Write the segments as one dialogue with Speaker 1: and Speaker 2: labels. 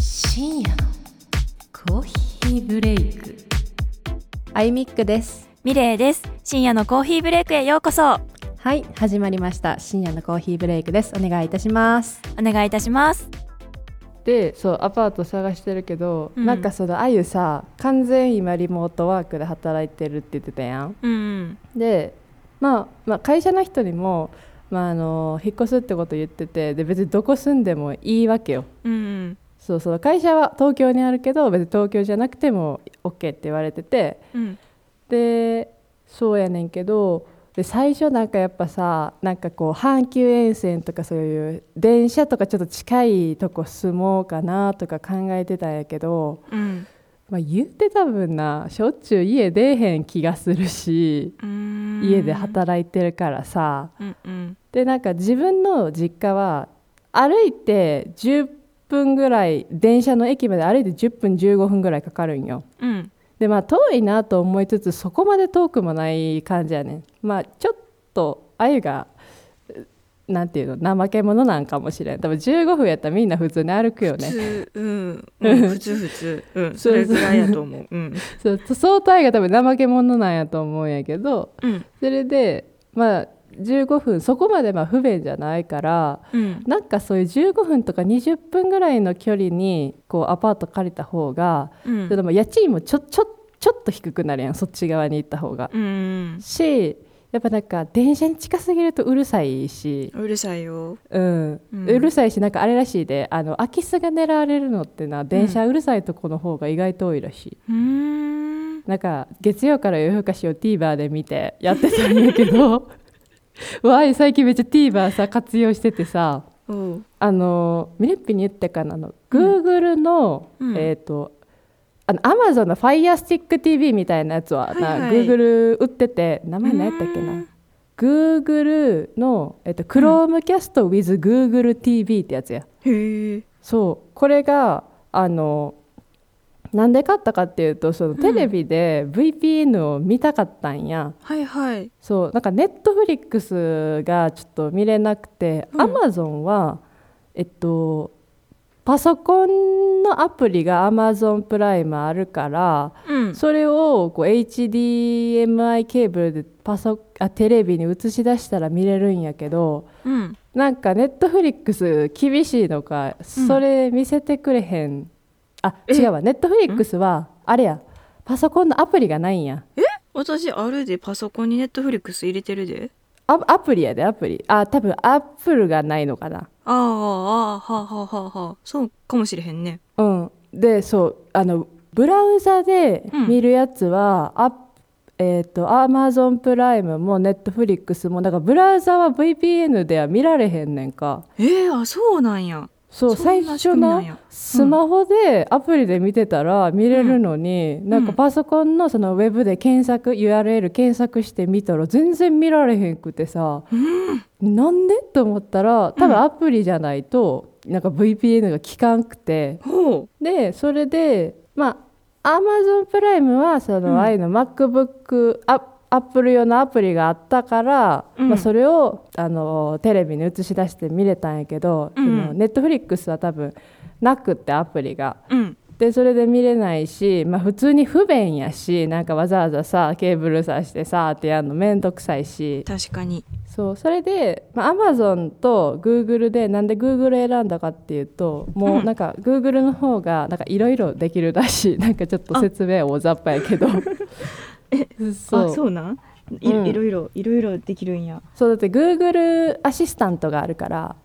Speaker 1: 深夜のコーヒーブレイク
Speaker 2: アイミックです
Speaker 3: ミレイです深夜のコーヒーブレイクへようこそ
Speaker 2: はい始まりました深夜のコーヒーブレイクですお願いいたします
Speaker 3: お願いいたします
Speaker 4: でそうアパート探してるけど、
Speaker 3: うん
Speaker 4: なんかそのあゆさ完全今リモートワークで働いてるって言ってたやん
Speaker 3: うん
Speaker 4: で、まあ、まあ会社の人にも、まあ、あの引っ越すってこと言っててで別にどこ住んでもいいわけよ
Speaker 3: うんうん
Speaker 4: そうそう会社は東京にあるけど別に東京じゃなくても OK って言われてて
Speaker 3: うん
Speaker 4: でそうやねんけどで最初なんかやっぱさなんかこう阪急沿線とかそういう電車とかちょっと近いとこ住もうかなとか考えてたんやけど、
Speaker 3: うん
Speaker 4: まあ、言ってた分なしょっちゅう家出えへん気がするし
Speaker 3: うん
Speaker 4: 家で働いてるからさ
Speaker 3: うんうん
Speaker 4: でなんか自分の実家は歩いて10分ぐらい電車の駅まで歩いて10分15分ぐらいかかるんよ。
Speaker 3: うん
Speaker 4: でまあ遠いなと思いつつそこまで遠くもない感じやねんまあちょっとあゆがうなんていうの怠け者なんかもしれん多分15分やったらみんな普通に歩くよ
Speaker 3: 普
Speaker 4: ね
Speaker 3: 通うんうん普通普通うんそれぐらいやと思ううん
Speaker 4: そう相対が多分怠け者なんやと思うんやけど
Speaker 3: うん
Speaker 4: それでまあ15分そこまでまあ不便じゃないから
Speaker 3: うん
Speaker 4: なんかそういう15分とか20分ぐらいの距離にこうアパート借りた方が、
Speaker 3: うん
Speaker 4: それでも家賃もちょちょちょっと低くなるやんそっち側に行った方が。
Speaker 3: うん
Speaker 4: しやっぱなんか電車に近すぎるとうるさいし、
Speaker 3: うるさいよ
Speaker 4: うん
Speaker 3: う
Speaker 4: うんるさいしなんかあれらしいであの空き巣が狙われるのってな電車うるさいとこの方が意外と多いらしい、
Speaker 3: うん
Speaker 4: なんか月曜から夜更かしを TVer で見てやってたんだけど わい最近めっちゃ TVer さ活用しててさ
Speaker 3: おう
Speaker 4: あのミレッピに言ったかなあの Google の、
Speaker 3: うん
Speaker 4: えっ、とあの Amazon の FirestickTV みたいなやつは、な
Speaker 3: はいはい
Speaker 4: Google 売ってて名前何やったっけ
Speaker 3: う
Speaker 4: なん Google の、えっと、Chromecast with Google TV ってやつや、
Speaker 3: へえ
Speaker 4: そうこれがあのなんで買ったかっていうとそのテレビで VPN を見たかったんや、
Speaker 3: はいはい
Speaker 4: そうなんかネットフリックスがちょっと見れなくて、
Speaker 3: うん
Speaker 4: アマゾンはえっとパソコンのアプリがアマゾンプライムあるから、
Speaker 3: うん
Speaker 4: それをこう HDMI ケーブルでパソあテレビに映し出したら見れるんやけど
Speaker 3: うん
Speaker 4: なんかネットフリックス厳しいのか、それ見せてくれへんあ
Speaker 3: え
Speaker 4: 違うわネットフリックスはあれやパソコンのアプリがないんや
Speaker 3: 私あるでパソコンにネットフリックス入れてるで
Speaker 4: アアプリやでアプリあ多分アップルがないのかな
Speaker 3: ああああはあはあはあはあそうかもしれへんね
Speaker 4: うんでそうあのブラウザで見るやつは、アップえっ、とアマゾンプライムもネットフリックスもだからブラウザは VPN では見られへんねんか
Speaker 3: ええあそうなんや
Speaker 4: そう
Speaker 3: そん
Speaker 4: 最
Speaker 3: な
Speaker 4: 初
Speaker 3: 仕組みなん
Speaker 4: な
Speaker 3: や
Speaker 4: スマホでアプリで見てたら見れるのに、なんかパソコンのそのウェブで検索 URL 検索してみたら全然見られへんくてさ、なんでと思ったら多分アプリじゃないと、なんか VPN が効かんくて
Speaker 3: ほ
Speaker 4: でそれでまあアマゾンプライムはその、
Speaker 3: うん
Speaker 4: ああいうの MacBook アアップル用のアプリがあったから、
Speaker 3: うん
Speaker 4: まあ、それをあのテレビに映し出して見れたんやけど、
Speaker 3: うんうん
Speaker 4: そのネットフリックスは多分なくってアプリが。
Speaker 3: ううん
Speaker 4: でそれで見れないし、まあ、普通に不便やしなんかわざわざさケーブルさしてさってやるの面倒くさいし
Speaker 3: 確かに
Speaker 4: そうそれで、まあ、Amazon と Google でなんで Google 選んだかっていうともうなんか Google の方がなんかいろいろできるらしいなん かちょっと説明大雑把やけどそうそう
Speaker 3: うなん
Speaker 4: いうんいろ
Speaker 3: いろいろいろできるんや
Speaker 4: だって Google アシスタントがあるから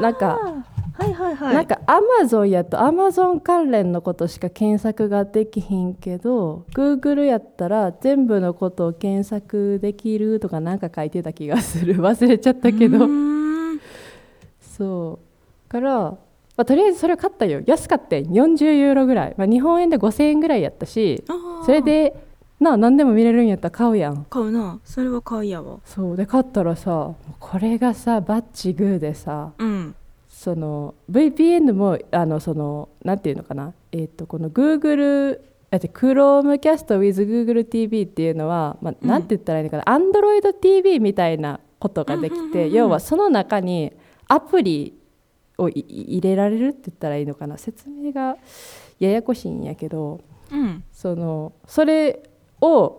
Speaker 4: なんか
Speaker 3: はいはいは
Speaker 4: なんかアマゾンやとアマゾン関連のことしか検索ができひんけど Google やったら全部のことを検索できるとかなんか書いてた気がする忘れちゃったけどそうから、まあ、とりあえずそれを買ったよ安かったよ40ユーロぐらい、まあ、日本円で5000円ぐらいやったしそれでなあ何でも見れるんやったら買うやん
Speaker 3: 買うなそれは買いやわ
Speaker 4: そうで買ったらさこれがさバッチグーでさ
Speaker 3: うん
Speaker 4: その VPN もあのそのなんていうのかな、えー、とこの Google あ違う Chromecast with Google TV っていうのは、まあ
Speaker 3: うん
Speaker 4: なんて言ったらいいのかな Android TV みたいなことができ
Speaker 3: うんうんうんう
Speaker 4: て
Speaker 3: ん
Speaker 4: 要はその中にアプリをい入れられるって言ったらいいのかな説明がややこしいんやけど
Speaker 3: うん
Speaker 4: そのそれを、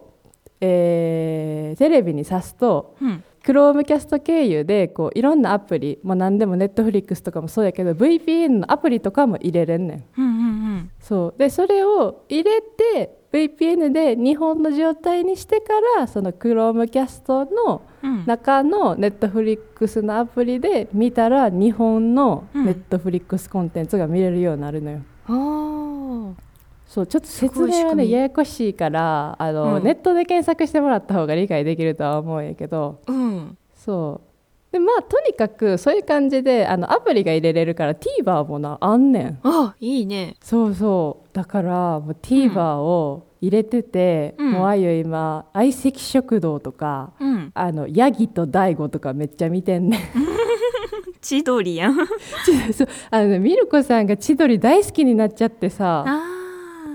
Speaker 4: えーテレビに挿すと
Speaker 3: うん、
Speaker 4: Chromecast 経由でこういろんなアプリ、まあ、何でも Netflix とかもそうやけど VPN のアプリとかも入れれんねん。
Speaker 3: うんうん
Speaker 4: そうでそれを入れて VPN で日本の状態にしてからその Chromecast の
Speaker 3: うんうん
Speaker 4: 中の Netflix のアプリで見たら日本の
Speaker 3: うん
Speaker 4: Netflix コンテンツが見れるようになるのよ。
Speaker 3: あ
Speaker 4: そうちょっと説
Speaker 3: すごい仕
Speaker 4: 明は
Speaker 3: 組
Speaker 4: ね
Speaker 3: み
Speaker 4: ややこしいからあの、
Speaker 3: うん
Speaker 4: ネットで検索してもらった方が理解できるとは思うんやけど
Speaker 3: あうん
Speaker 4: そうでまあとにかくそういう感じであのアプリが入れれるから TVer もなあんねん
Speaker 3: あいいね
Speaker 4: そうそうだからもう TVer を入れてて、
Speaker 3: うん
Speaker 4: もうあゆ今「相席食堂」とか
Speaker 3: うん
Speaker 4: 「あのヤギと大悟」とかめっちゃ見て んねん
Speaker 3: 千鳥やん
Speaker 4: そうあのねミルコさんが千鳥大好きになっちゃってさ
Speaker 3: あ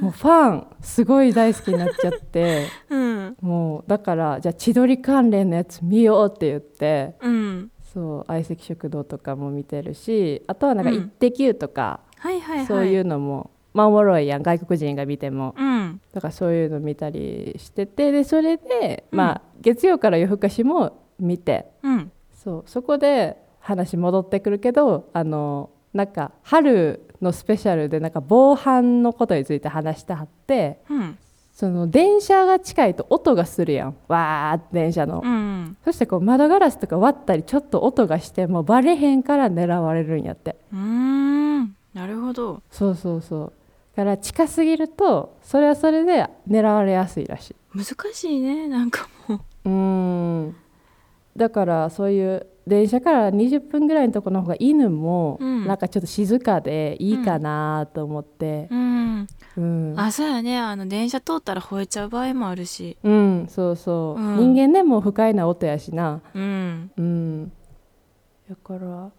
Speaker 4: もうファンすごい大好きになっちゃって
Speaker 3: うん
Speaker 4: もうだからじゃあ千鳥関連のやつ見ようって言って
Speaker 3: うん
Speaker 4: そう相席食堂とかも見てるしあとはなんか「
Speaker 3: うん
Speaker 4: イッテ Q!」とか、
Speaker 3: はいはいはい
Speaker 4: そういうのもまあおもろいやん外国人が見ても
Speaker 3: うん
Speaker 4: だからそういうの見たりしててでそれで、
Speaker 3: うん
Speaker 4: まあ月曜から夜更かしも見て
Speaker 3: うん
Speaker 4: そうそこで話戻ってくるけどあのなんか春のスペシャルでなんか防犯のことについて話してはって
Speaker 3: うん
Speaker 4: その電車が近いと音がするやんわーって電車の、
Speaker 3: うん
Speaker 4: そしてこう窓ガラスとか割ったりちょっと音がしてもバレへんから狙われるんやって
Speaker 3: うーんなるほど
Speaker 4: そうそうそうだから近すぎるとそれはそれで狙われやすいらしい
Speaker 3: 難しいねなんかもう
Speaker 4: うーんだからそういう電車から20分ぐらいのところの方が犬も
Speaker 3: うん
Speaker 4: なんかちょっと静かでいいかなと思って、
Speaker 3: うん
Speaker 4: うん
Speaker 3: あそうやねあの電車通ったら吠えちゃう場合もあるし
Speaker 4: うんそうそう、
Speaker 3: うん
Speaker 4: 人間ねもう不快な音やしな
Speaker 3: うん
Speaker 4: うんだから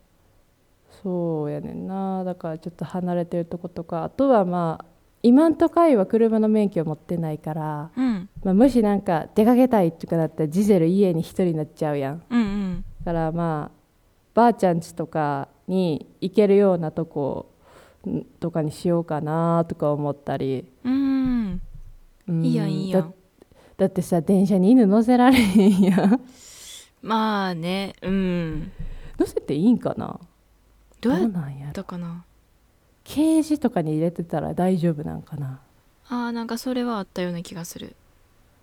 Speaker 4: そうやねんなだからちょっと離れてるとことかあとはまあ今んとこいは車の免許持ってないから、
Speaker 3: うん
Speaker 4: まあ、もしなんか出かけたいとかだったらジゼル家に一人になっちゃうやん
Speaker 3: うんうん
Speaker 4: だからまあばあちゃん家とかに行けるようなとこんとかにしようかなとか思ったり、
Speaker 3: うん
Speaker 4: うん
Speaker 3: いいやんいいや
Speaker 4: だ
Speaker 3: ん
Speaker 4: だってさ電車に犬乗せられへんやん
Speaker 3: まあねうん
Speaker 4: 乗せていいんかな
Speaker 3: どうや
Speaker 4: どう
Speaker 3: っ
Speaker 4: なんやろ
Speaker 3: たかな
Speaker 4: ケージとかに入れてたら大丈夫なんかな
Speaker 3: あーなんかそれはあったような気がする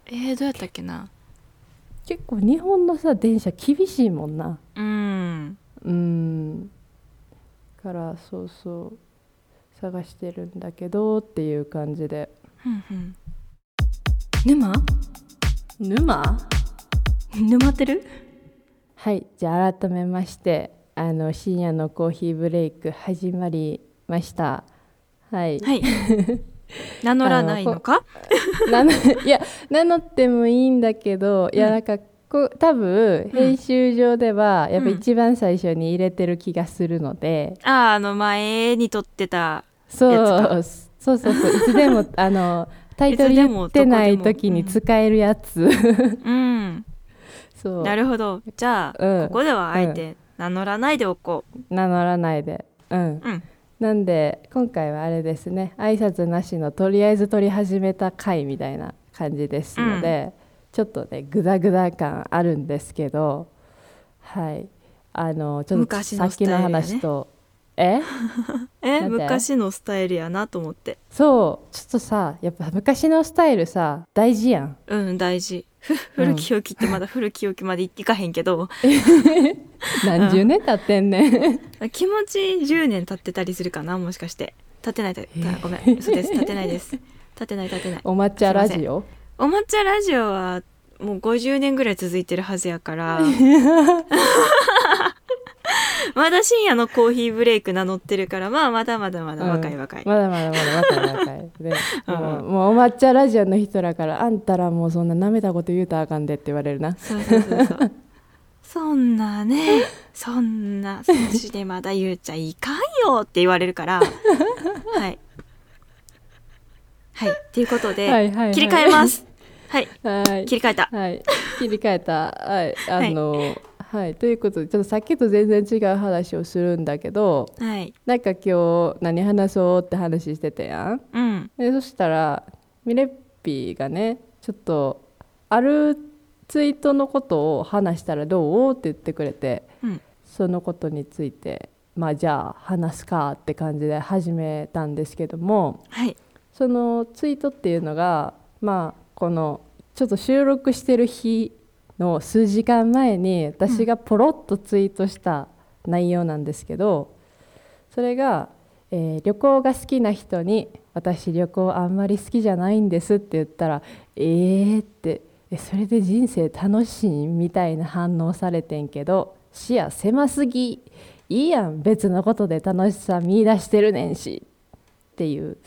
Speaker 3: えー、どうやったっけな
Speaker 4: 結構日本のさ電車厳しいもんな
Speaker 3: うん
Speaker 4: うんからそうそう探してるんだけどっていう感じで
Speaker 3: ふんふん沼
Speaker 2: 沼
Speaker 3: 沼ってる
Speaker 4: はいじゃあ改めましてあの深夜のコーヒーブレイク始まりましたはい、
Speaker 3: はい名乗らないのか
Speaker 4: なの いや名乗ってもいいんだけどいやなんかこう多分編集上ではやっぱ一番最初に入れてる気がするので、
Speaker 3: あーあの前に撮ってた
Speaker 4: そうそうそうそういつ でもあのタイトル
Speaker 3: いつでも
Speaker 4: 言ってない
Speaker 3: どこでも
Speaker 4: 時に使えるやつ、
Speaker 3: うん
Speaker 4: そう
Speaker 3: なるほどじゃあ、
Speaker 4: うん
Speaker 3: ここではあえて名乗らないでおこ
Speaker 4: 名乗らないでうん
Speaker 3: ううん
Speaker 4: なんで今回はあれですね挨拶なしのとりあえず撮り始めた回みたいな感じですので、ちょっとねグダグダ感あるんですけどはいあのちょっと
Speaker 3: 昔
Speaker 4: さ
Speaker 3: の
Speaker 4: っ
Speaker 3: スタイ
Speaker 4: き
Speaker 3: ル
Speaker 4: の
Speaker 3: やね
Speaker 4: 話と、え
Speaker 3: え
Speaker 4: なんで
Speaker 3: 昔のスタイルやなと思って
Speaker 4: そうちょっとさやっぱ昔のスタイルさ大事やん
Speaker 3: うん大事ふ古き良きってまだ古き良きまでいかへんけど、
Speaker 4: 何 十年経ってんねん
Speaker 3: 気持ち10年経ってたりするかなもしかして経ってないたたごめん嘘です経ってないです経ってない経ってない
Speaker 4: お抹茶ラジオ
Speaker 3: おもちゃラジオはもう50年ぐらい続いてるはずやから まだ深夜のコーヒーブレイク名乗ってるからまあまだまだまだ
Speaker 4: うん
Speaker 3: 若い若い、
Speaker 4: まだまだまだ若い 若いで
Speaker 3: うん
Speaker 4: もうもうお抹茶ラジオの人らから「あんたらもうそんな舐めたこと言うたらあかんで」って言われるな
Speaker 3: そうそうそうそう そんなねそんなそっちでまだ言うちゃいかんよって言われる からはいはいっていうことで、
Speaker 4: はいはいはい
Speaker 3: 切 り替えますはい
Speaker 4: はい
Speaker 3: 切り替えた
Speaker 4: はい、切り替えた、はい、あの、はい、はい、ということでちょっとさっきと全然違う話をするんだけど
Speaker 3: はい
Speaker 4: なんか今日何話そうって話してたやん
Speaker 3: うん
Speaker 4: でそしたらミレッピがねちょっとあるツイートのことを話したらどうって言ってくれて
Speaker 3: うん
Speaker 4: そのことについてまあじゃあ話すかって感じで始めたんですけども
Speaker 3: はい
Speaker 4: そのツイートっていうのがまあこのちょっと収録してる日の数時間前に私がポロッとツイートした内容なんですけど、それが、えー旅行が好きな人に「私旅行あんまり好きじゃないんです」って言ったら「えー」って「えそれで人生楽しい?」みたいな反応されてんけど視野狭すぎいいやん別のことで楽しさ見出してるねんしっていう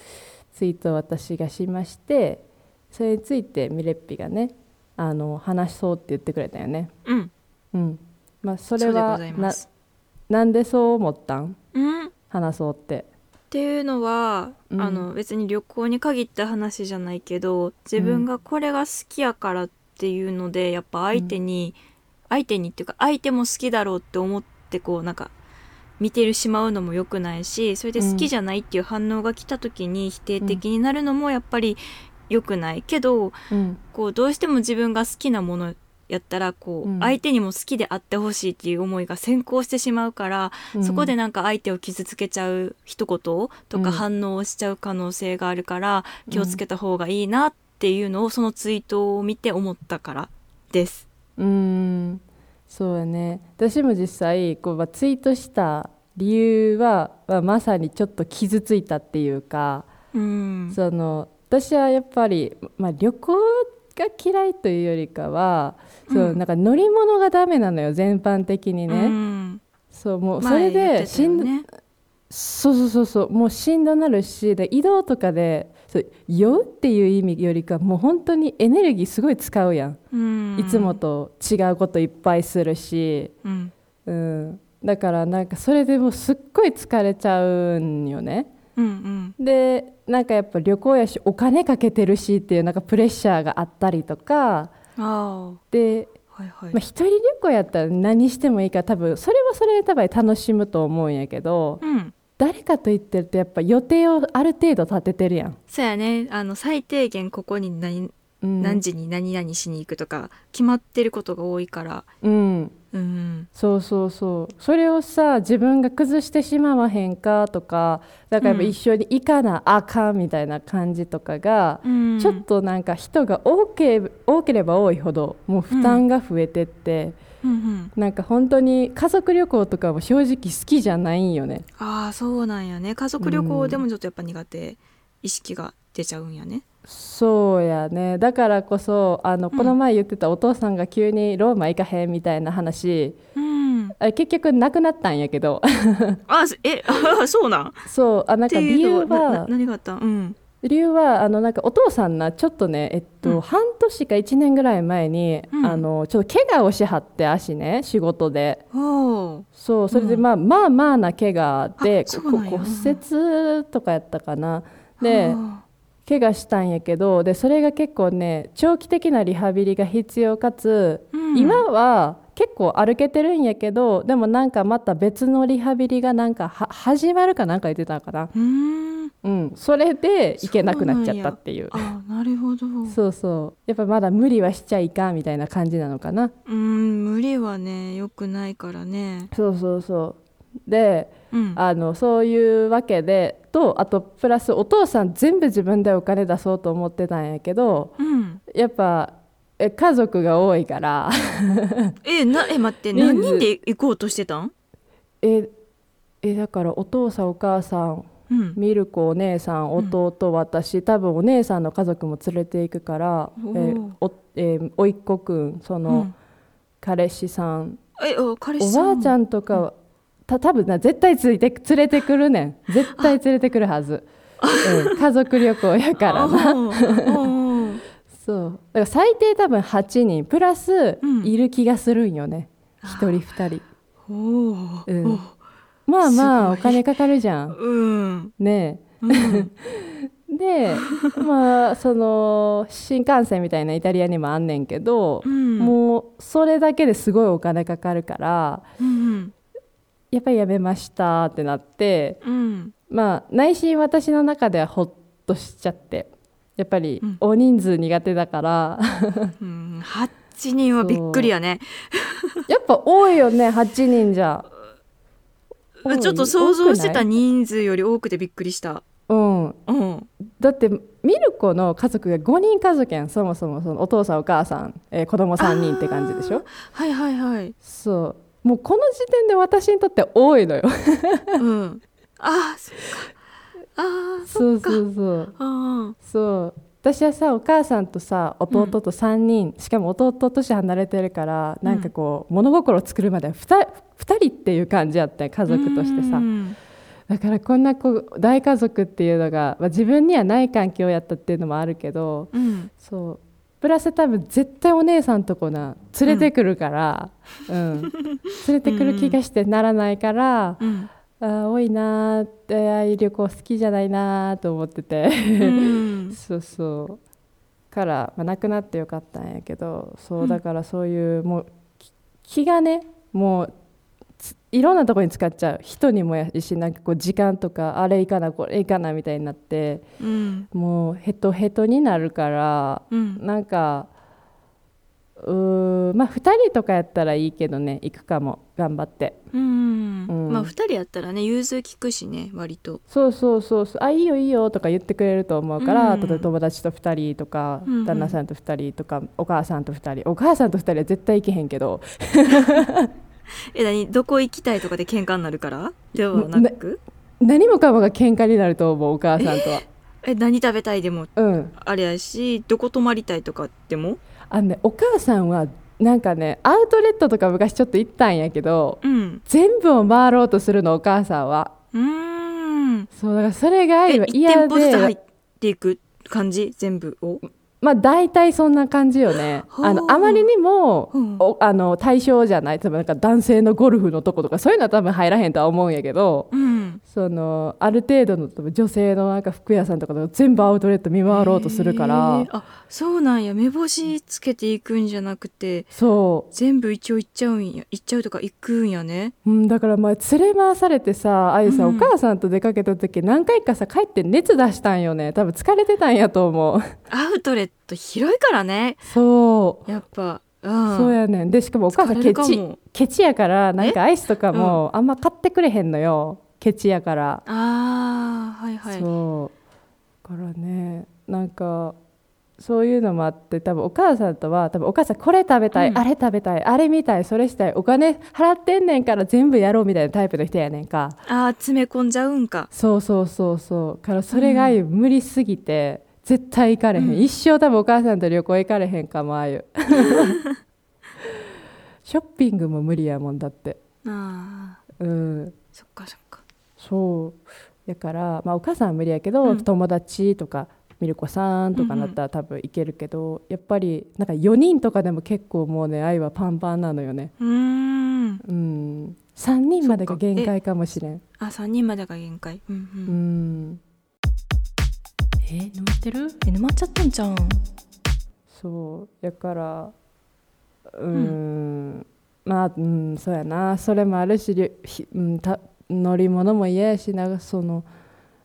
Speaker 4: ツイートを私がしましてそれについてミレッピがねあの話そうって言ってくれたよね。
Speaker 3: うん
Speaker 4: うんまあ、
Speaker 3: そ
Speaker 4: それ
Speaker 3: うでご
Speaker 4: は
Speaker 3: ざいま
Speaker 4: な
Speaker 3: す
Speaker 4: なんでそう思ったん
Speaker 3: うんっ
Speaker 4: 話そうって。
Speaker 3: ていうのは、
Speaker 4: うん
Speaker 3: あの別に旅行に限った話じゃないけど自分がこれが好きやからっていうのでやっぱ相手に、相手にっていうか相手も好きだろうって思ってこうなんか見てるしまうのも良くないしそれで好きじゃないっていう反応が来た時に否定的になるのもやっぱり良くないけど、
Speaker 4: うん
Speaker 3: こうどうしても自分が好きなものやったらこう、
Speaker 4: うん
Speaker 3: 相手にも好きであってほしいっていう思いが先行してしまうから、
Speaker 4: うん
Speaker 3: そこでなんか相手を傷つけちゃう一言と
Speaker 4: うん
Speaker 3: か反応をしちゃう可能性があるから、気をつけた方がいいなっていうのをそのツイートを見て思ったからです。
Speaker 4: うーんそうやね私も実際こう、まあ、ツイートした理由は、まあ、まさにちょっと傷ついたっていうか、
Speaker 3: うん、
Speaker 4: その私はやっぱり、まあ、旅行が嫌いというよりかは、そう
Speaker 3: うん
Speaker 4: なんか乗り物がダメなのよ全般的にね、
Speaker 3: うん
Speaker 4: そうもうそれ
Speaker 3: 前言っ
Speaker 4: で
Speaker 3: てた
Speaker 4: し
Speaker 3: よ
Speaker 4: んど、
Speaker 3: ね
Speaker 4: そうそうそうそうもうしんどなるしで移動とかでそう酔うっていう意味よりかもう本当にエネルギーすごい使うやん、
Speaker 3: うん
Speaker 4: いつもと違うこといっぱいするし
Speaker 3: うん
Speaker 4: うん、だからなんかそれでもうすっごい疲れちゃうんよね
Speaker 3: うんうん
Speaker 4: でなんかやっぱ旅行やしお金かけてるしっていうなんかプレッシャーがあったりとか
Speaker 3: ああ
Speaker 4: で、
Speaker 3: はいはい、
Speaker 4: まあ、一人旅行やったら何してもいいから多分それはそれで多分楽しむと思うんやけど
Speaker 3: うん
Speaker 4: 誰かと行ってるとやっぱ予定をある程度立ててるやん。
Speaker 3: そうやねあの最低限ここに何
Speaker 4: うん、
Speaker 3: 何時に何々しに行くとか決まってることが多いから
Speaker 4: うん
Speaker 3: うん
Speaker 4: そうそうそうそれをさ自分が崩してしまわへんかとかだからやっぱ
Speaker 3: うん
Speaker 4: 一緒に行かなあかんみたいな感じとかが、
Speaker 3: うん
Speaker 4: ちょっとなんか人が多け多ければ多いほどもう負担が増えてって、
Speaker 3: うんうん
Speaker 4: なんか本当に家族旅行とかも正直好きじゃないんよね
Speaker 3: ああそうなんやね家族旅行でもちょっとやっぱ苦手意識が出ちゃうんやね
Speaker 4: そうやねだからこそあの
Speaker 3: うん
Speaker 4: この前言ってたお父さんが急にローマ行かへんみたいな話、
Speaker 3: うん
Speaker 4: あれ結局なくなったんやけど
Speaker 3: あすえあそうなん
Speaker 4: そうあな
Speaker 3: なん
Speaker 4: か理
Speaker 3: な
Speaker 4: 由
Speaker 3: な
Speaker 4: は
Speaker 3: 何があったうん
Speaker 4: 理由はあのなんかお父さんなちょっとね、えっと
Speaker 3: うん
Speaker 4: 半年か1年ぐらい前に、
Speaker 3: うん
Speaker 4: あのちょっと怪我をしはって足ね仕事で。
Speaker 3: おー
Speaker 4: そうそれで
Speaker 3: うん
Speaker 4: まあ、まあまあな怪我で
Speaker 3: あそ
Speaker 4: こ
Speaker 3: うなんや
Speaker 4: こ骨折とかやったかなで
Speaker 3: あ
Speaker 4: 怪我したんやけどでそれが結構ね長期的なリハビリが必要かつ、
Speaker 3: ーうん
Speaker 4: 今は結構歩けてるんやけどでもなんかまた別のリハビリがなんかは始まるかなんか言ってたのかな、
Speaker 3: うーん
Speaker 4: うん、それで行けなくなっちゃったっていう
Speaker 3: あなるほどう
Speaker 4: そうそうやっぱまだ無理はしちゃいかんみたいな感じなのかなん
Speaker 3: 無理はね良くないからね
Speaker 4: そうそうそうで
Speaker 3: うん
Speaker 4: あのそういうわけでとあとプラスお父さん全部自分でお金出そうと思ってたんやけど
Speaker 3: うん
Speaker 4: やっぱえ家族が多いから
Speaker 3: えなえ待って
Speaker 4: 人数
Speaker 3: 何人で行こうとしてたん
Speaker 4: ええだからお父さんお母さん
Speaker 3: うん
Speaker 4: ミルクお姉さん
Speaker 3: うん
Speaker 4: 弟、私多分お姉さんの家族も連れていくからえ
Speaker 3: おー
Speaker 4: おえーおいっ子くんその、
Speaker 3: うん
Speaker 4: 彼氏さん
Speaker 3: えあ彼
Speaker 4: お
Speaker 3: 氏さ
Speaker 4: ばあちゃんとかは、た多分な絶対ついて連れてくるねん絶対連れてくるはず、うん家族旅行やからな
Speaker 3: な。おーおー
Speaker 4: そうだから最低多分8人プラス
Speaker 3: うん
Speaker 4: いる気がするんよね、1人2人
Speaker 3: おー
Speaker 4: うん
Speaker 3: おー
Speaker 4: まあまあお
Speaker 3: すごい
Speaker 4: 金かかるじゃん
Speaker 3: うん。
Speaker 4: ね
Speaker 3: うん
Speaker 4: え でまあその新幹線みたいなイタリアにもあんねんけど、
Speaker 3: うん
Speaker 4: もうそれだけですごいお金かかるから
Speaker 3: うん
Speaker 4: やっぱりやめましたってなって
Speaker 3: うん
Speaker 4: まあ内心私の中ではほっとしちゃってやっぱり
Speaker 3: うん
Speaker 4: 大人数苦手だから、
Speaker 3: うん8人はびっくりやね
Speaker 4: やっぱ多いよね8人じゃ。多い
Speaker 3: ちょっと想像してた
Speaker 4: 多くない
Speaker 3: 人数より多くてびっくりした
Speaker 4: うん、
Speaker 3: うん
Speaker 4: だってミルコの家族が5人家族やんそもそもそのお父さんお母さん、えー子供3人って感じでしょ
Speaker 3: はいはいはい
Speaker 4: そうもうこの時点で私にとって多いのよ
Speaker 3: うんあーそっかあー
Speaker 4: そ
Speaker 3: そうっか
Speaker 4: そうそう
Speaker 3: あ
Speaker 4: そう私はさお母さんとさ弟と3人、しかも弟と年離れてるから、
Speaker 3: うん
Speaker 4: なんかこう物心作るまで 2, 人っていう感じやったよ家
Speaker 3: 家
Speaker 4: 族としてさだからこんなこう大家族っていうのが、まあ自分にはない環境やったっていうのもあるけど、
Speaker 3: うん
Speaker 4: そうプラス多分絶対お姉さんとこな連れてくるから、うん連れてくる気がしてならないから、
Speaker 3: うん
Speaker 4: あー多いなーってああいう旅行好きじゃないなーと思ってて、
Speaker 3: うん
Speaker 4: そうそうから、まあ、なくなってよかったんやけどそううんだからそういう、もうき気がねもうついろんなとこに使っちゃう人にもやしなんかこう時間とかあれいかなこれいかなみたいになって
Speaker 3: うん
Speaker 4: もうヘトヘトになるから
Speaker 3: うん
Speaker 4: なんかうーんまあ2人とかやったらいいけどね行くかも頑張って
Speaker 3: うん
Speaker 4: うん
Speaker 3: まあ2人やったらね融通聞くしね割と
Speaker 4: そうそうそうそうあいいよいいよとか言ってくれると思うから、
Speaker 3: うん
Speaker 4: 例えば友達と2人とか、
Speaker 3: うんうん
Speaker 4: 旦那さんと2人とかお母さんと2人お母さんと2人は絶対行けへんけど
Speaker 3: え何どこ行きたいとかで喧嘩になるからではなく
Speaker 4: 何もかもが喧嘩になると思うお母さんとは、
Speaker 3: え何食べたいでも
Speaker 4: うん
Speaker 3: あれやしどこ泊まりたいとかでも
Speaker 4: あのねお母さんはなんかねアウトレットとか昔ちょっと行ったんやけど
Speaker 3: うん
Speaker 4: 全部を回ろうとするのお母さんは
Speaker 3: うーん
Speaker 4: そうだからそれが
Speaker 3: え1
Speaker 4: 嫌で
Speaker 3: 店舗ずつ入っていく感じ全部を
Speaker 4: まあ大体そんな感じよね。
Speaker 3: ほう
Speaker 4: あのあまりにも、
Speaker 3: うん
Speaker 4: おあの対象じゃない多分なんか男性のゴルフのとことかそういうのは多分入らへんとは思うんやけど、
Speaker 3: うん
Speaker 4: そのある程度の多分女性のなんか服屋さんとかの全部アウトレット見回ろうとするか
Speaker 3: へ
Speaker 4: ら
Speaker 3: ー、あそうなんや目星つけていくんじゃなくて
Speaker 4: そ
Speaker 3: 全部一応行っちゃうんや行っちゃうとか行くんやね
Speaker 4: う、うん、だからまあ連れ回されてさあゆさ、
Speaker 3: うん
Speaker 4: お母さんと出かけた時何回かさ帰って熱出したんよね多分疲れてたんやと思 う
Speaker 3: アウトレット広いからね
Speaker 4: そう
Speaker 3: やっぱう
Speaker 4: そうんやねんでしかもお母さ
Speaker 3: 疲
Speaker 4: ん
Speaker 3: れ
Speaker 4: ケ
Speaker 3: るかも
Speaker 4: チケチやからなんかアイスとかもあんま買ってくれへんのよ、ケチやから、
Speaker 3: あーはいはい
Speaker 4: そうだからねなんかそういうのもあって多分お母さんとは多分お母さんこれ食べたい、
Speaker 3: うん
Speaker 4: あれ食べたいあれ見たいそれしたいお金払ってんねんから全部やろうみたいなタイプの人やねんか
Speaker 3: あー詰め込んじゃうんか
Speaker 4: そうそうそうそうからそれがあゆ無理すぎて絶対行かれへん、一生多分お母さんと旅行行かれへんかも あゆショッピングも無理やもんだって
Speaker 3: あー
Speaker 4: うん
Speaker 3: そっかそっか
Speaker 4: そうだから、まあ、お母さんは無理やけど、
Speaker 3: うん
Speaker 4: 友達とかミルコさんとかなったら多分いけるけど、やっぱりなんか4人とかでも結構もうね愛はパンパンなのよね
Speaker 3: うーん
Speaker 4: うん3人まで
Speaker 3: そ
Speaker 4: が
Speaker 3: っかえ
Speaker 4: 限界かもしれん
Speaker 3: あ3人までが限界うんうん
Speaker 4: うん
Speaker 1: えー、沼ってる
Speaker 3: え沼っちゃったんじゃん
Speaker 4: そうやからうーん、まあうんそうやなそれもあるしりひ、うん、た乗り物も嫌やしなんかその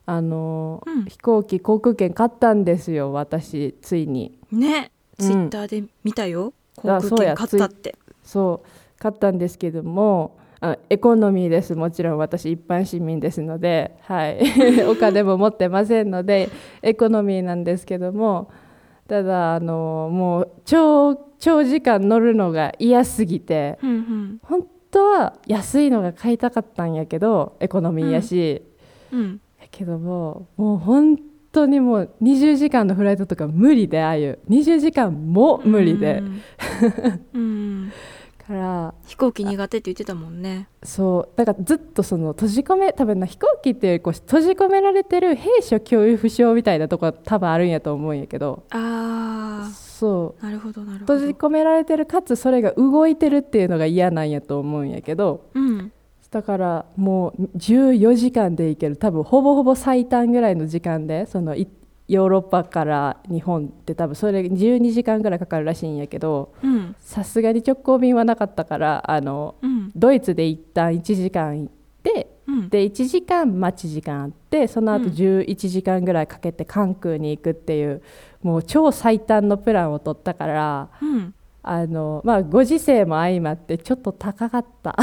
Speaker 4: あの、
Speaker 3: うん
Speaker 4: 飛行機航空券買ったんですよ私ついに
Speaker 3: ね
Speaker 4: うん
Speaker 3: ツイッターで見たよ航
Speaker 4: あ
Speaker 3: 空
Speaker 4: そうや
Speaker 3: 券買ったって
Speaker 4: そう買ったんですけどもあエコノミーですもちろん私一般市民ですので、はい お金も持ってませんのでエコノミーなんですけどもただあのもう長長時間乗るのが嫌すぎて
Speaker 3: うんうん
Speaker 4: 本当は安いのが買いたかったんやけどエコノミーやし、
Speaker 3: うん
Speaker 4: やけどももう本当にもう20時間のフライトとか無理でああいう20時間も無理で、
Speaker 3: うんうん
Speaker 4: から
Speaker 3: 飛行機苦手って言ってたもんね
Speaker 4: そうだからずっとその閉じ込め多分な飛行機っていうよりこう閉じ込められてる兵所恐怖症みたいなとこ多分あるんやと思うんやけど
Speaker 3: あ
Speaker 4: そう
Speaker 3: ーなるほどなるほど
Speaker 4: 閉じ込められてるかつそれが動いてるっていうのが嫌なんやと思うんやけど
Speaker 3: うん
Speaker 4: だからもう14時間で行ける多分ほぼほぼ最短ぐらいの時間でそのいヨーロッパから日本って多分それ12時間ぐらいかかるらしいんやけど
Speaker 3: うん
Speaker 4: さすがに直行便はなかったからあの
Speaker 3: うん
Speaker 4: ドイツで一旦1時間行って
Speaker 3: うん
Speaker 4: で1時間待ち時間あってその後
Speaker 3: うん
Speaker 4: 11時間ぐらいかけて関空に行くっていうもう超最短のプランを取ったから
Speaker 3: うん
Speaker 4: あの、まあ、ご時世も相まってちょっと高かった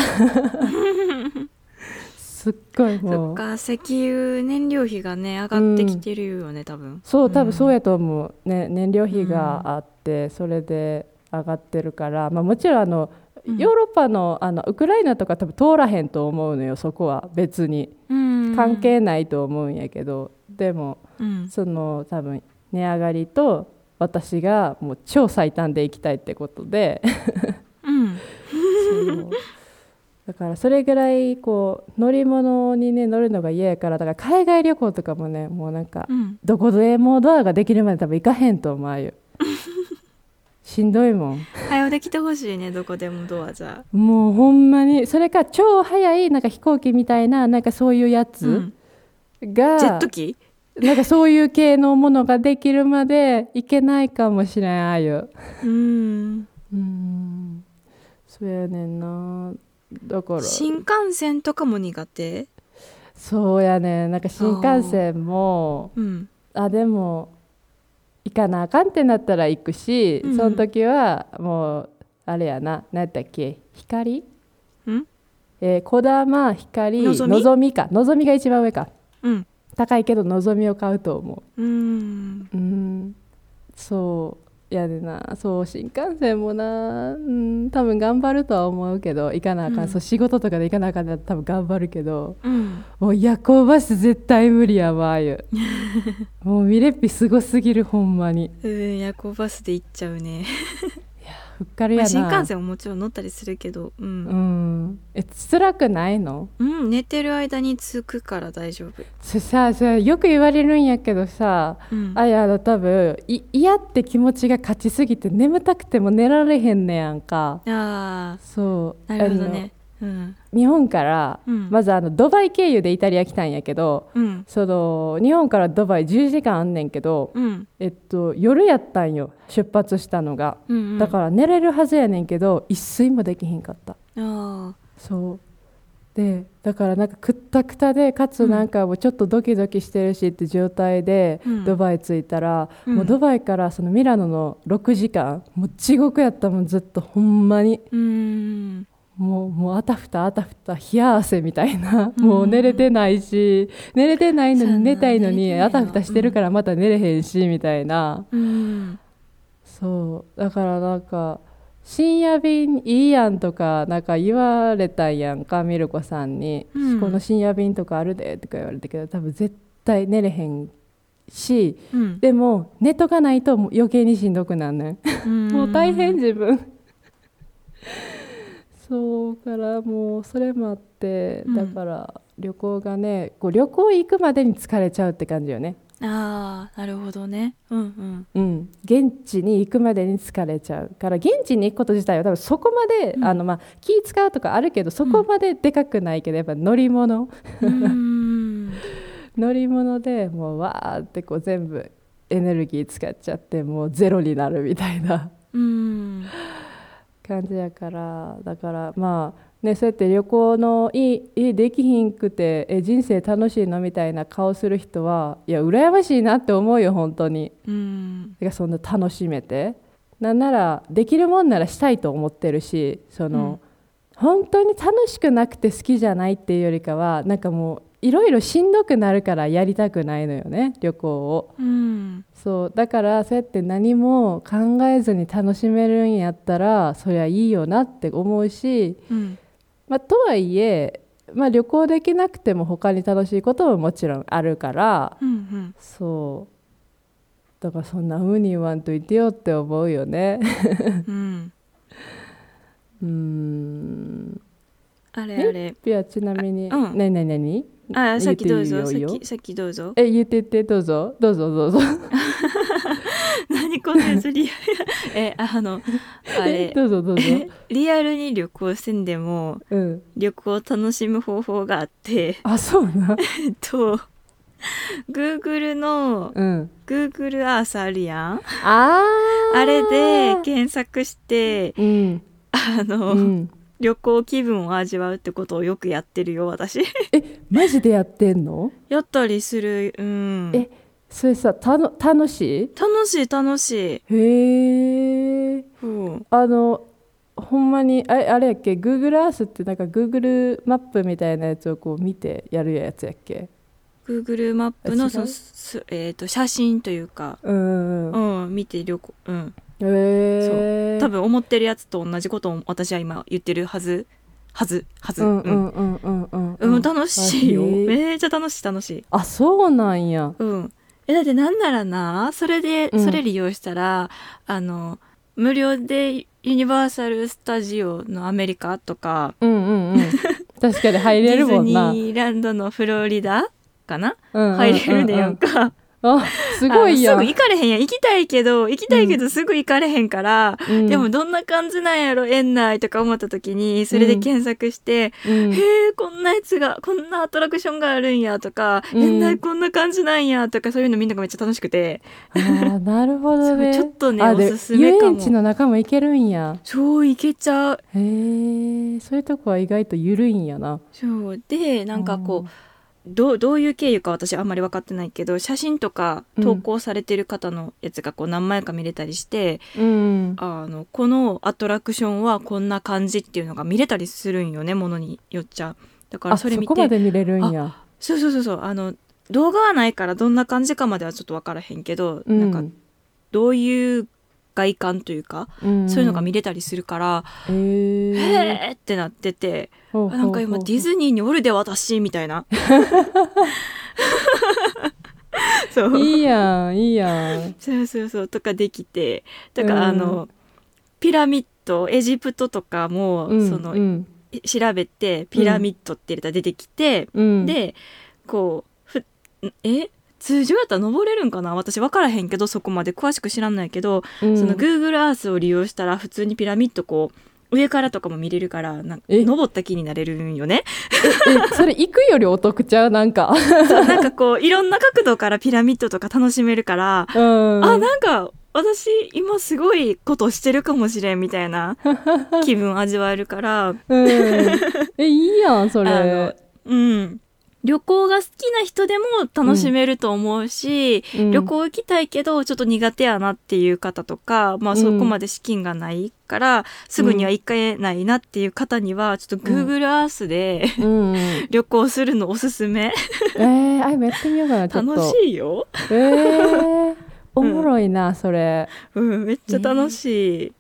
Speaker 4: すっごい
Speaker 3: そ
Speaker 4: も
Speaker 3: っ
Speaker 4: う
Speaker 3: か石油燃料費がね上がってきてるよね、多分
Speaker 4: そう
Speaker 2: うん
Speaker 4: 多分そうやと思う、ね、燃料費があって、それで上がってるから、まあ、もちろんあの
Speaker 3: うん
Speaker 4: ヨーロッパのあのウクライナとか多分通らへんと思うのよそこは別に関係ないと思うんやけど、でも
Speaker 3: うん
Speaker 4: その多分値上がりと私がもう超最短で行きたいってこ とで
Speaker 3: うん
Speaker 4: そうだからそれぐらいこう乗り物にね乗るのが嫌やからだから海外旅行とかもねもうなんか
Speaker 3: うん
Speaker 4: どこでもドアができるまで多分行かへんと思 うよしんどいもん
Speaker 3: 早うできてほしいねどこでもドアじゃ
Speaker 4: もうほんまにそれか超早いなんか飛行機みたいななんかそういうや
Speaker 3: う
Speaker 4: つ
Speaker 3: ん
Speaker 4: が、
Speaker 3: ジェット機
Speaker 4: なんかそういう系のものができるまで行けないかもしれんああいう
Speaker 3: うん
Speaker 4: うんそうやねんなだから
Speaker 3: 新幹線とかも苦手
Speaker 4: そうやねんなんか新幹線も
Speaker 3: うん
Speaker 4: あでも行かなあかんってなったら行くし、
Speaker 3: うん
Speaker 4: その時はもうあれやな何やったっけ光
Speaker 3: うん
Speaker 4: えー、小玉光
Speaker 3: のぞみ
Speaker 4: のぞみかのぞみが一番上か
Speaker 3: うん
Speaker 4: 高いけどのぞみを買うと思
Speaker 3: うん
Speaker 4: ううんそうやでなそう新幹線もなうん多分頑張るとは思うけど行かなあかん、
Speaker 3: うん
Speaker 4: そう仕事とかで行かなあかんなら多分頑張るけど
Speaker 3: うん
Speaker 4: もう夜行バス絶対無理やわああいう もうミレッピすごすぎるほんまに
Speaker 3: うん夜行バスで行っちゃうね、
Speaker 4: ふっかる
Speaker 3: ま
Speaker 4: や
Speaker 3: あ新
Speaker 4: な、
Speaker 3: 幹線ももちろん乗ったりするけどう、
Speaker 4: うんんえ辛くないの
Speaker 3: うん、寝てる間に着くから大丈夫、
Speaker 4: そさそれよく言われるんやけどさ
Speaker 3: うん、
Speaker 4: あいやあの多分い嫌って気持ちが勝ちすぎて眠たくても寝られへんねやんか
Speaker 3: あ
Speaker 4: そう
Speaker 3: ーなるほどねうん
Speaker 4: あの日本から、
Speaker 3: うん
Speaker 4: まずあのドバイ経由でイタリア来たんやけど
Speaker 3: うん
Speaker 4: その日本からドバイ10時間あんねんけど、
Speaker 3: うん
Speaker 4: えっと、夜やったんよ出発したのが、
Speaker 3: うんうん
Speaker 4: だから寝れるはずやねんけど一睡もできへんかった
Speaker 3: あ
Speaker 4: そうでだからなんかくったくたでかつなんかもうちょっとドキドキしてるしって状態で
Speaker 3: うん
Speaker 4: ドバイ着いたら、
Speaker 3: うん
Speaker 4: もうドバイからそのミラノの6時間もう地獄やったもんずっとほんまに
Speaker 3: ーうん
Speaker 4: もうもうあたふたあたふた冷や汗みたいな、もう寝れてないし寝れてないの
Speaker 3: そうや
Speaker 4: に
Speaker 3: な
Speaker 4: 寝たい
Speaker 3: 寝れて
Speaker 4: のに
Speaker 3: ないの
Speaker 4: あたふたしてるからまた寝れへんしみたいな、
Speaker 3: うん
Speaker 4: そうだからなんか深夜便いいやんとかなんか言われたんやんかミルコさんに、
Speaker 3: うん
Speaker 4: この深夜便とかあるでとか言われたけど多分絶対寝れへんし
Speaker 3: うん
Speaker 4: でも寝とかないともう余計にしんどくなんねんもう大変自分 そうからもうそれもあって
Speaker 3: うん
Speaker 4: だから旅行がねこう旅行行くまでに疲れちゃうって感じよね
Speaker 3: ああなるほどねうん
Speaker 4: うん、現地に行くまでに疲れちゃうから現地に行くこと自体は多分そこまで、
Speaker 3: うん
Speaker 4: あのまあ、気使うとかあるけどそこまででかくないけど、やっぱ乗り物
Speaker 3: うん うん
Speaker 4: 乗り物でもうわーってこう全部エネルギー使っちゃってもうゼロになるみたいな
Speaker 3: うん
Speaker 4: 感じやからだからまあねそうやって旅行のいいいいできひんくてえ人生楽しいのみたいな顔する人はいや羨ましいなって思うよ本当に。
Speaker 3: うん
Speaker 4: てかそんな楽しめてなんならできるもんならしたいと思ってるしその、本当に楽しくなくて好きじゃないっていうよりかはなんかもういろいろしんどくなるからやりたくないのよね旅行を
Speaker 3: うん
Speaker 4: そうだからそうやって何も考えずに楽しめるんやったらそりゃいいよなって思うし、
Speaker 3: うん
Speaker 4: まあ、とはいえ、まあ、旅行できなくても他に楽しいことももちろんあるから、
Speaker 3: うん
Speaker 4: そうだからそんな風に言わんといてよって思うよね
Speaker 3: うん
Speaker 4: うーん
Speaker 3: あれあれ
Speaker 4: ピアちなみに
Speaker 3: あうん
Speaker 4: 何何何
Speaker 3: あさっきどう
Speaker 4: 言
Speaker 3: ぞ
Speaker 4: って
Speaker 3: さ
Speaker 4: いいよいいよ
Speaker 3: っきさっきどうぞ
Speaker 4: え言って言ってどうぞどうぞどうぞ
Speaker 3: 何このやつリアルえあのあれ
Speaker 4: どうぞど うぞ
Speaker 3: リアルに旅行せんでも
Speaker 4: うん
Speaker 3: 旅行を楽しむ方法があって
Speaker 4: あそうな
Speaker 3: えっと Google の
Speaker 4: うん
Speaker 3: Google Earth あるやん
Speaker 4: あー
Speaker 3: あれで検索して
Speaker 4: うん、
Speaker 3: あの、
Speaker 4: うん、
Speaker 3: 旅行気分を味わうってことをよくやってるよ私
Speaker 4: マジでやってんの
Speaker 3: やったりするうん
Speaker 4: えそれさたの楽し
Speaker 3: 楽しい楽し
Speaker 4: いへえ
Speaker 3: い、うん、
Speaker 4: あのほんまにあれあれやっけ Google Earth ってなんか Google マップみたいなやつをこう見てやるやつやっけ
Speaker 3: Google マップの
Speaker 4: あ
Speaker 3: そ
Speaker 4: 違う
Speaker 3: すえー、と写真というか
Speaker 4: うんうん
Speaker 3: う
Speaker 4: うん
Speaker 3: ん見て旅行うん
Speaker 4: へえ
Speaker 3: 多分思ってるやつと同じことを私は今言ってるはずはずはず
Speaker 4: うん
Speaker 3: う
Speaker 4: うんんうんうんうん
Speaker 3: うん、楽しいよ。
Speaker 4: あへえ
Speaker 3: めっちゃ楽しい、楽しい。
Speaker 4: あそうなんや
Speaker 3: うん。え、だってなんならな、それで、
Speaker 4: うん
Speaker 3: それ利用したら、あの、無料でユニバーサル・スタジオのアメリカとか、
Speaker 4: うんうんうん 確かに入
Speaker 3: デ
Speaker 4: れる
Speaker 3: ィズ
Speaker 4: もん
Speaker 3: ニ
Speaker 4: な
Speaker 3: ーランドのフロリダかな、
Speaker 4: 入
Speaker 3: 入れるでやんか。
Speaker 4: あすごいや
Speaker 3: あ
Speaker 4: ん
Speaker 3: すぐ行かれへんやん。行きたいけど、行きたいけどすぐ行かれへんから、
Speaker 4: うん
Speaker 3: でもどんな感じなんやろ、園内とか思った時に、それで検索して、
Speaker 4: うん
Speaker 3: へえこんなやつがこんなアトラクションがあるんやとか、
Speaker 4: うん
Speaker 3: 園内こんな感じなんやとかそういうのみんながめっちゃ楽しくて
Speaker 4: あーなるほどね
Speaker 3: そうちょっとね
Speaker 4: あで
Speaker 3: おすすめかも
Speaker 4: 遊園地の中も行けるんや
Speaker 3: そういけちゃう
Speaker 4: へえそういうとこは意外と緩いんやな
Speaker 3: そうでなんかこうどうどういう経由か私あんまり分かってないけど写真とか投稿されてる方のやつがこう何枚か見れたりして、
Speaker 4: うん
Speaker 3: あのこのアトラクションはこんな感じっていうのが見れたりするんよねものによっちゃだから
Speaker 4: あ
Speaker 3: そ
Speaker 4: そ
Speaker 3: れ見
Speaker 4: こま
Speaker 3: て
Speaker 4: で見れるんや
Speaker 3: そうそうそうそうあの動画はないからどんな感じかまではちょっと分からへんけど、
Speaker 4: う
Speaker 3: なんかどういう外観というか、そういうのが見れたりするから、
Speaker 4: へ
Speaker 3: へ
Speaker 4: え
Speaker 3: ーってなってて、あ
Speaker 4: ほうほうほう
Speaker 3: なんか今ディズニーにおるで私みたい な。そう
Speaker 4: いいやんいいやん
Speaker 3: そうそうそうとかできてだから、
Speaker 4: うん
Speaker 3: あのピラミッドエジプトとかも、
Speaker 4: う ん
Speaker 3: その
Speaker 4: うん
Speaker 3: 調べてピラミッドって入れたら出てきて、
Speaker 4: うん
Speaker 3: でこうふえ通常やったら登れるんかな私分からへんけどそこまで詳しく知らんないけど、
Speaker 4: うん
Speaker 3: その Google Earth を利用したら普通にピラミッドこう上からとかも見れるからなんか
Speaker 4: え
Speaker 3: 登った気になれるんよ ね
Speaker 4: えそれ行くよりお得ちゃうなん か
Speaker 3: そうなんかこういろんな角度からピラミッドとか楽しめるから、
Speaker 4: うん
Speaker 3: あなんか私今すごいことしてるかもしれんみたいな気分味わえるからあ
Speaker 4: うんえいいやんそ
Speaker 3: の
Speaker 4: れ
Speaker 3: うん旅行が好きな人でも楽しめると思うし、
Speaker 4: うん
Speaker 3: 旅行行きたいけどちょっと苦手やなっていう方とか、まあ、そこまで資金がないから、すぐには行けないなっていう方にはちょっと Google Earth で、
Speaker 4: うんうんえ
Speaker 3: 旅行するのおすすめ
Speaker 4: ーあ今やってみようかなちょっと
Speaker 3: 楽しいよ、
Speaker 4: えー、おもろいなそれ
Speaker 3: うん、めっちゃ楽しい、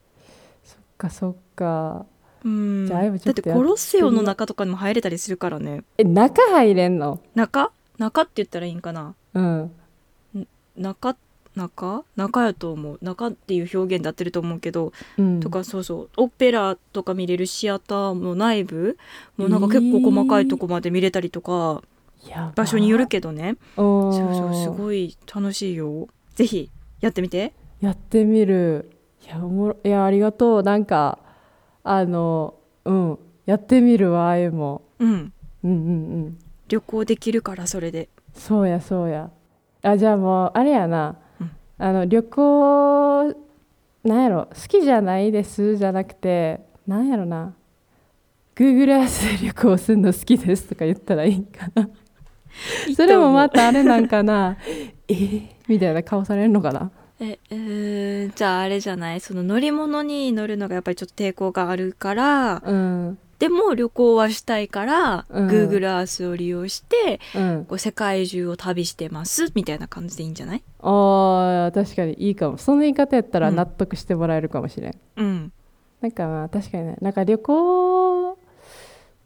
Speaker 4: そっかそっか
Speaker 3: うん、
Speaker 4: じ
Speaker 3: だ
Speaker 4: ゃああや
Speaker 3: っ
Speaker 4: ちょっと
Speaker 3: て
Speaker 4: やってみよう
Speaker 3: コロッセオの中とかにも入れたりするからね
Speaker 4: え中入れんの
Speaker 3: 中中って言ったらいいんかな
Speaker 4: うん
Speaker 3: 中中中やと思う中っていう表現で合ってると思うけど、
Speaker 4: うん
Speaker 3: とかそうそうオペラとか見れるシアターも内部もなんか結構細かいとこまで見れたりとか、
Speaker 4: やば
Speaker 3: 場所によるけどね
Speaker 4: おー
Speaker 3: そうそうすごい楽しいよぜひやってみて
Speaker 4: やってみるいやおもろいやありがとうなんかあのうんやってみるわああいうも
Speaker 3: うん
Speaker 4: うんうんうん
Speaker 3: 旅行できるからそれで
Speaker 4: そうやそうやあじゃあもうあれやな、
Speaker 3: うん
Speaker 4: あの旅行なんやろ好きじゃないですじゃなくてなんやろな Google Earth で旅行するの好きですとか言ったらいいんかな それもまたあれなんかな えーみたいな顔されるのかな
Speaker 3: ええーじゃああれじゃないその乗り物に乗るのがやっぱりちょっと抵抗があるから
Speaker 4: うん
Speaker 3: でも旅行はしたいから、
Speaker 4: うん
Speaker 3: Google Earth を利用して
Speaker 4: うん
Speaker 3: こう世界中を旅してますみたいな感じでいいんじゃない
Speaker 4: あー確かにいいかもその言い方やったら
Speaker 3: うん
Speaker 4: 納得してもらえるかもしれん、
Speaker 3: うん
Speaker 4: なんかまあ確かにねなんか旅行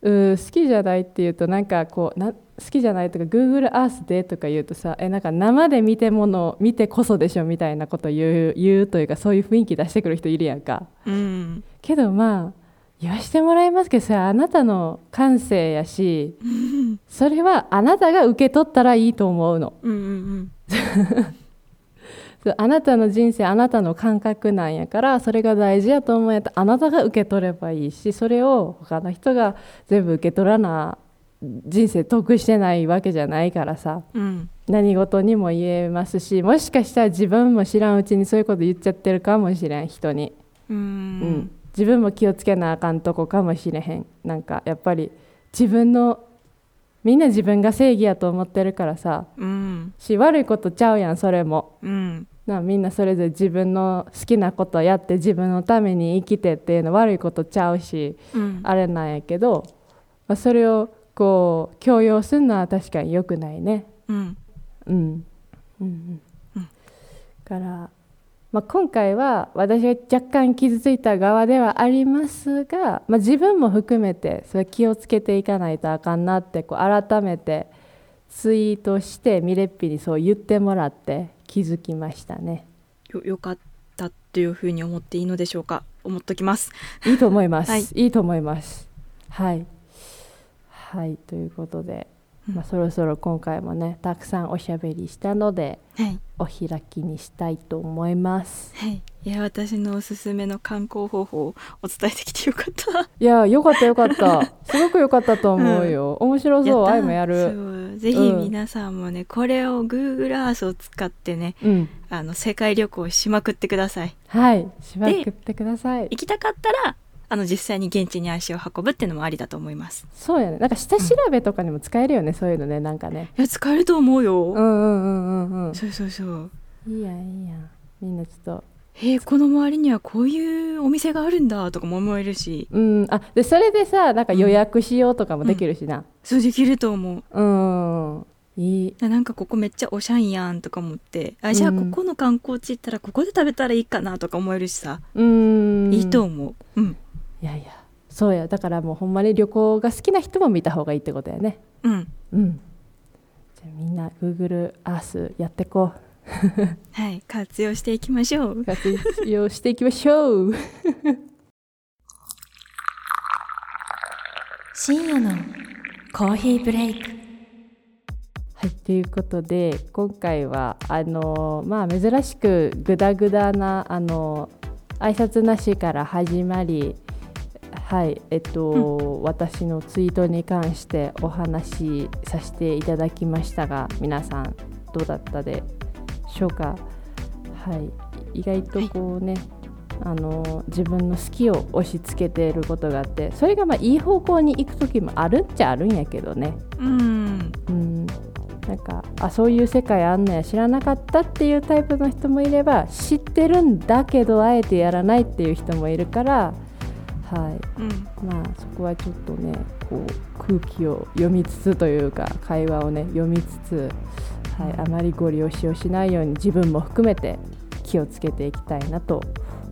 Speaker 4: うん好きじゃないっていうとなんかこうな好きじゃないとか Google Earth でとか言うとさえなんか生で見てものを見てこそでしょみたいなこと言う言うというかそういう雰囲気出してくる人いるやんか
Speaker 3: うん
Speaker 4: けどまあ言わしてもらいますけどそれはあなたの感性やしそれはあなたが受け取ったらいいと思うの
Speaker 3: うんうん
Speaker 4: そうあなたの人生あなたの感覚なんやからそれが大事やと思うんやったらあなたが受け取ればいいしそれを他の人が全部受け取らな人生得してないわけじゃないからさ
Speaker 3: うん
Speaker 4: 何事にも言えますしもしかしたら自分も知らんうちにそういうこと言っちゃってるかもしれん人に、
Speaker 3: う
Speaker 4: うん
Speaker 3: ん
Speaker 4: 自分も気をつけなあかんとこかもしれへんなんかやっぱり自分のみんな自分が正義やと思ってるからさ
Speaker 3: うん
Speaker 4: し悪いことちゃうやんそれも
Speaker 3: うん
Speaker 4: なみんなそれぞれ自分の好きなことやって自分のために生きてっていうの悪いことちゃうし
Speaker 3: うん
Speaker 4: あれなんやけど、まあ、それをこう強要するのは確かに良くないね。
Speaker 3: うん
Speaker 4: うんうん
Speaker 3: う
Speaker 4: うんん、から、まあ、今回は私が若干傷ついた側ではありますが、まあ、自分も含めてそれ気をつけていかないとあかんなってこう改めてツイートしてミレッピにそう言ってもらって気づきましたね。
Speaker 3: よよかったっていうふうに思っていいのでしょうか思っときます
Speaker 4: いいと思います。
Speaker 3: はい
Speaker 4: い、いと思います。はい。はい、ということで、まあ、そろそろ今回もね、たくさんおしゃべりしたので、
Speaker 3: はい
Speaker 4: お開きにしたいと思います。
Speaker 3: はいいや私のおすすめの観光方法をお伝えできてよかった
Speaker 4: いや、よかったよか った。すごくよかったと思うよ。面白そう、
Speaker 3: った
Speaker 4: あいもやる。
Speaker 3: そうぜひ
Speaker 4: うん
Speaker 3: 皆さんもね、これを Google Earth を使ってね
Speaker 4: うん。
Speaker 3: あの世界旅行をしまくってください
Speaker 4: はい、しばらくってください
Speaker 3: 行。きたかったらあの実際に現地に足を運ぶっていうのもありだと思います
Speaker 4: そうやね。なんか下調べとかにも使えるよね、そういうのね、なんかね。
Speaker 3: いや使えると思うよ、
Speaker 4: うんうんうんうんうん。
Speaker 3: そうそうそう
Speaker 4: いいやんいいやん。みんなちょっと
Speaker 3: えーこの周りにはこういうお店があるんだとかも思えるし
Speaker 4: うん、あでそれでさなんか予約しようとかもできるしな
Speaker 3: そうできると思う
Speaker 4: うん、いい
Speaker 3: ななんかここめっちゃおしゃんやんとか思ってあじゃあ
Speaker 4: う
Speaker 3: こ
Speaker 4: ん
Speaker 3: この観光地行ったらここで食べたらいいかなとか思えるしさ、
Speaker 4: うん
Speaker 3: いいと思ううん
Speaker 4: いやいやそうやだからもうほんまに旅行が好きな人も見た方がいいってことやね
Speaker 3: うん
Speaker 4: うんじゃあみんな Google Earth やってこ
Speaker 3: はい活用していきましょう
Speaker 4: う活用していきましょう
Speaker 1: 深夜のコーヒーブレイク
Speaker 4: はいということで今回はあのーまあ珍しくグダグダなあのー挨拶なしから始まりはいえっと、私のツイートに関してお話しさせていただきましたが皆さんどうだったでしょうかはい意外とこうね、あの自分の好きを押し付けていることがあってそれがまあいい方向に行く時もあるっちゃあるんやけどね
Speaker 3: うん
Speaker 4: うん、なんかあそういう世界あんのや知らなかったっていうタイプの人もいれば知ってるんだけどあえてやらないっていう人もいるから、はい
Speaker 3: うん
Speaker 4: まあ、そこはちょっとねこう空気を読みつつというか会話をね読みつつ、はい、あまりご利用しをしないように自分も含めて気をつけていきたいなと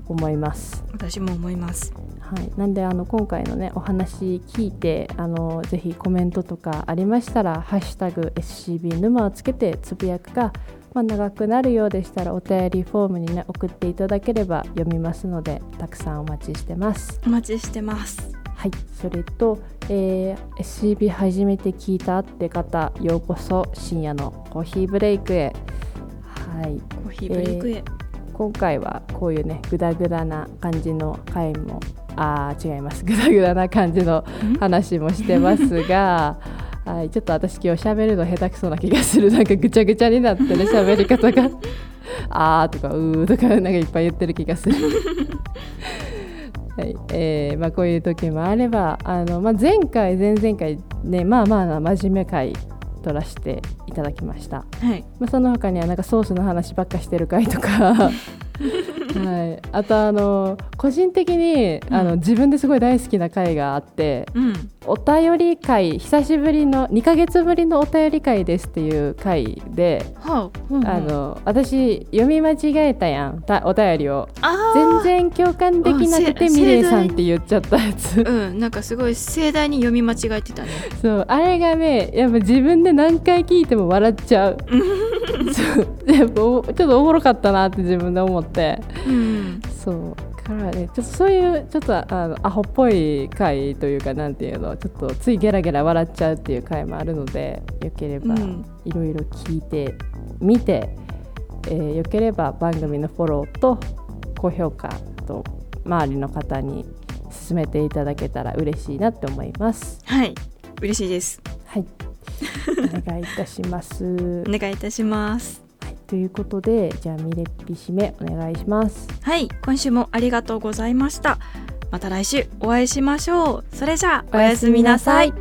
Speaker 4: 思います。
Speaker 3: 私も思います
Speaker 4: はい、なんであの今回のねお話聞いてあのぜひコメントとかありましたら「ハッシュタグ #SCB 沼」をつけてつぶやくか、まあ、長くなるようでしたらお便りフォームにね送っていただければ読みますのでたくさんお待ちしてます。
Speaker 3: お待ちしてます
Speaker 4: はい、それと、えー SCB 初めて聞いたって方ようこそ深夜のコーヒーブレイクへ。はい、
Speaker 3: コーヒーブレイクへ、
Speaker 4: 今回はこういうねグダグダな感じの回もあー違います グダグダな感じの話もしてますが、はい、ちょっと私今日喋るの下手くそな気がするなんかぐちゃぐちゃになってね喋り方があーとかうーとかなんかいっぱい言ってる気がする。はいえーまあ、こういう時もあればあの、まあ、前回前々回ねまあまあな真面目回取らせていただきました。
Speaker 3: はい
Speaker 4: まあ、その他にはなんかソースの話ばっかしてる回 とか、はい、あとあの個人的にあの、
Speaker 3: うん
Speaker 4: 自分ですごい大好きな回があって
Speaker 3: うん
Speaker 4: お便り会久しぶりの2ヶ月ぶりのお便り会ですっていう回で、
Speaker 3: はあ、うんうん
Speaker 4: あの私読み間違えたやんたお便りを
Speaker 3: あー
Speaker 4: 全然共感できなく
Speaker 3: あ
Speaker 4: て
Speaker 3: せ
Speaker 4: ミレイさんって言っちゃったやつ
Speaker 3: うんなんかすごい盛大に読み間違えてたね
Speaker 4: そうあれがねやっぱ自分で何回聞いても笑っちゃうそうやっぱおちょっとおもろかったなって自分で思って。
Speaker 3: うん
Speaker 4: そうからねちょっとそういうちょっとあのアホっぽい回というかなんていうのちょっとついゲラゲラ笑っちゃうっていう回もあるのでよけれ
Speaker 3: う
Speaker 4: ば
Speaker 3: ん
Speaker 4: いろいろ聞いてみて、えーよければ番組のフォローと高評価と周りの方に進めていただけたら嬉しいなって思います。
Speaker 3: はい嬉しいです
Speaker 4: はい、お願いいたします。
Speaker 3: お願いいたします
Speaker 4: はいということで、じゃあミレッピ締めお願いします。
Speaker 3: はい今週もありがとうございましたまた来週お会いしましょうそれじゃあおやすみなさい